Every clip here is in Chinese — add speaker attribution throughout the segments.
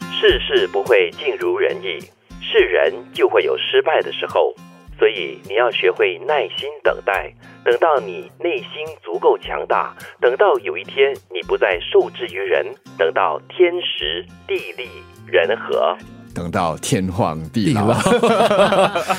Speaker 1: 事事不会尽如人意，是人就会有失败的时候，所以你要学会耐心等待，等到你内心足够强大，等到有一天你不再受制于人，等到天时地利人和。
Speaker 2: 等到天荒地
Speaker 3: 地
Speaker 2: 老。
Speaker 3: 老，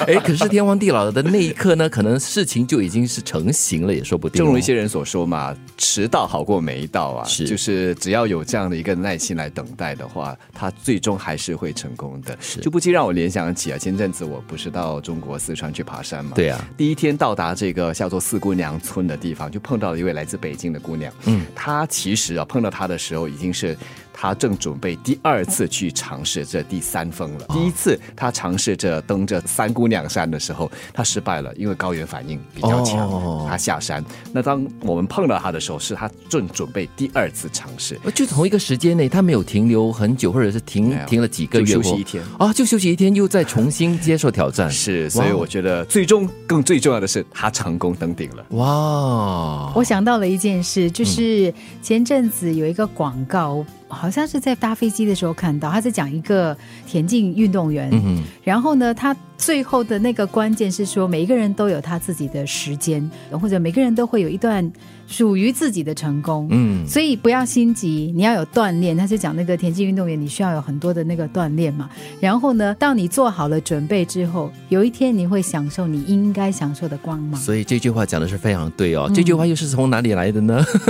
Speaker 3: 哎，可是天荒地老的那一刻呢，可能事情就已经是成型了，也说不定、
Speaker 2: 正
Speaker 3: 哦。
Speaker 2: 如一些人所说嘛，迟到好过没到啊。
Speaker 3: 是
Speaker 2: 就是只要有这样的一个耐心来等待的话，他最终还是会成功的。
Speaker 3: 是
Speaker 2: 就不禁让我联想起啊，前阵子我不是到中国四川去爬山嘛？
Speaker 3: 对啊，
Speaker 2: 第一天到达这个叫做四姑娘村的地方，就碰到了一位来自北京的姑娘。嗯，她其实啊，碰到她的时候已经是她正准备第二次去尝试这第三峰了。
Speaker 3: 哦
Speaker 2: 第一次她尝试着登这三姑娘山的时候，她失败了，因为高原反应比较强，
Speaker 3: 哦
Speaker 2: 她下山。那当我们碰到她的时候，是她正准备第二次尝试。
Speaker 3: 呃就同一个时间内，他没有停留很久，或者是停
Speaker 2: 没有
Speaker 3: 停了几个
Speaker 2: 就
Speaker 3: 月
Speaker 2: 休
Speaker 3: 或，
Speaker 2: 息一天
Speaker 3: 啊，就休息一天，又再重新接受挑战。
Speaker 2: 是，所以我觉得最终更最重要的是，她成功登顶了。
Speaker 3: 哇，
Speaker 4: 我想到了一件事，就是前阵子有一个广告，好像是在搭飞机的时候看到，他在讲一个田径运动员，
Speaker 3: 嗯
Speaker 4: 然后呢，他最后的那个关键是说，每一个人都有他自己的时间，或者每个人都会有一段属于自己的成功。
Speaker 3: 嗯，
Speaker 4: 所以不要心急，你要有锻炼。他是讲那个田径运动员，你需要有很多的那个锻炼嘛。然后呢，当你做好了准备之后，有一天你会享受你应该享受的光芒。
Speaker 3: 所以这句话讲的是非常对哦。这句话又是从哪里来的呢？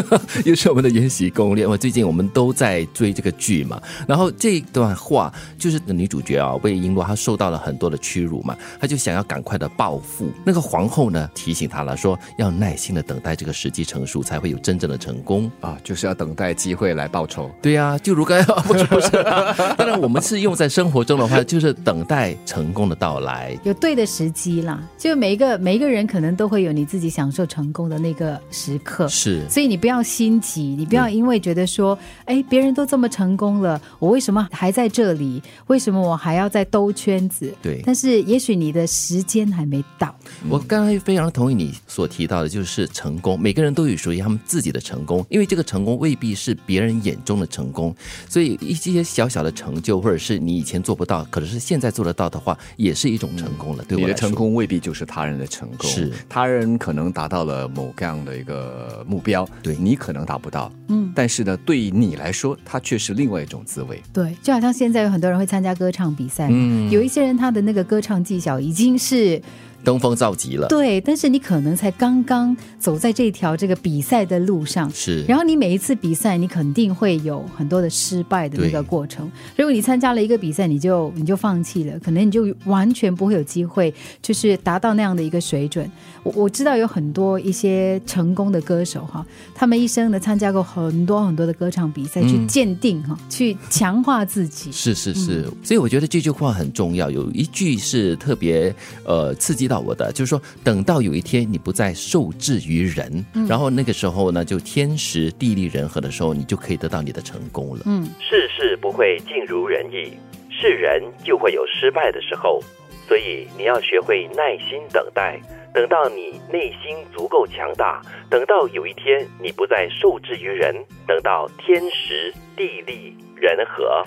Speaker 3: 又是我们的《延禧攻略》。我最近我们都在追这个剧嘛，然后这段话就是女主角啊魏璎珞，她受到了很多的屈辱嘛，她就想要赶快的报复。那个皇后呢提醒她了，说要耐心的等待这个时机成熟，才会有真正的成功。
Speaker 2: 啊，就是要等待机会来报仇。
Speaker 3: 对呀、就如刚才 不是不是、啊当然我们是用在生活中的话，就是等待成功的到来。
Speaker 4: 有对的时机啦，就每一个每一个人可能都会有你自己享受成功的那个时刻。
Speaker 3: 是
Speaker 4: 所以你不要心急，你不要因为觉得说，哎，别人都这么成功了，我为什么还在这里？为什么我还要再兜圈子？
Speaker 3: 对
Speaker 4: 但是也许你的时间还没到。
Speaker 3: 我刚才非常同意你所提到的，就是成功，每个人都有属于他们自己的成功，因为这个成功未必是别人眼中的成功，所以一些小小的成就，或者是你以前做不到，可能是现在做得到的话，也是一种成功了。对
Speaker 2: 你
Speaker 3: 我
Speaker 2: 的
Speaker 3: 来说
Speaker 2: 成，功未必就是他人的成功，
Speaker 3: 是
Speaker 2: 他人可能达到了某这样的一个目标，
Speaker 3: 对
Speaker 2: 你可能达不到，
Speaker 4: 嗯，
Speaker 2: 但是呢，对于你来说，它却是另外一种滋味。
Speaker 4: 对，就好像现在有很多人会参加歌唱比赛，嗯，有一些人他的那个歌唱技巧已经是
Speaker 3: 登峰造极了，
Speaker 4: 对，但是你可能才刚刚走在这条这个比赛的路上，
Speaker 3: 是。
Speaker 4: 然后你每一次比赛，你肯定会有很多的失败的那
Speaker 3: 对
Speaker 4: 个过程。如果你参加了一个比赛，你就你就放弃了，可能你就完全不会有机会，就是达到那样的一个水准。我我知道有很多一些成功的歌手哈，他们一生呢参加过很多很多的歌唱比赛，去鉴定哈，去强化自己。
Speaker 3: 是是
Speaker 4: 嗯
Speaker 3: 是，所以我觉得这句话很重要。有一句是特别呃刺激到我的，就是说，等到有一天你不再受制于人，
Speaker 4: 嗯
Speaker 3: 然后那个时候呢，就天时地利人和的时候，你就可以得到你的成功了。
Speaker 4: 嗯，
Speaker 1: 事事不会尽如人意，是人就会有失败的时候，所以你要学会耐心等待，等到你内心足够强大，等到有一天你不再受制于人，等到天时地利人和。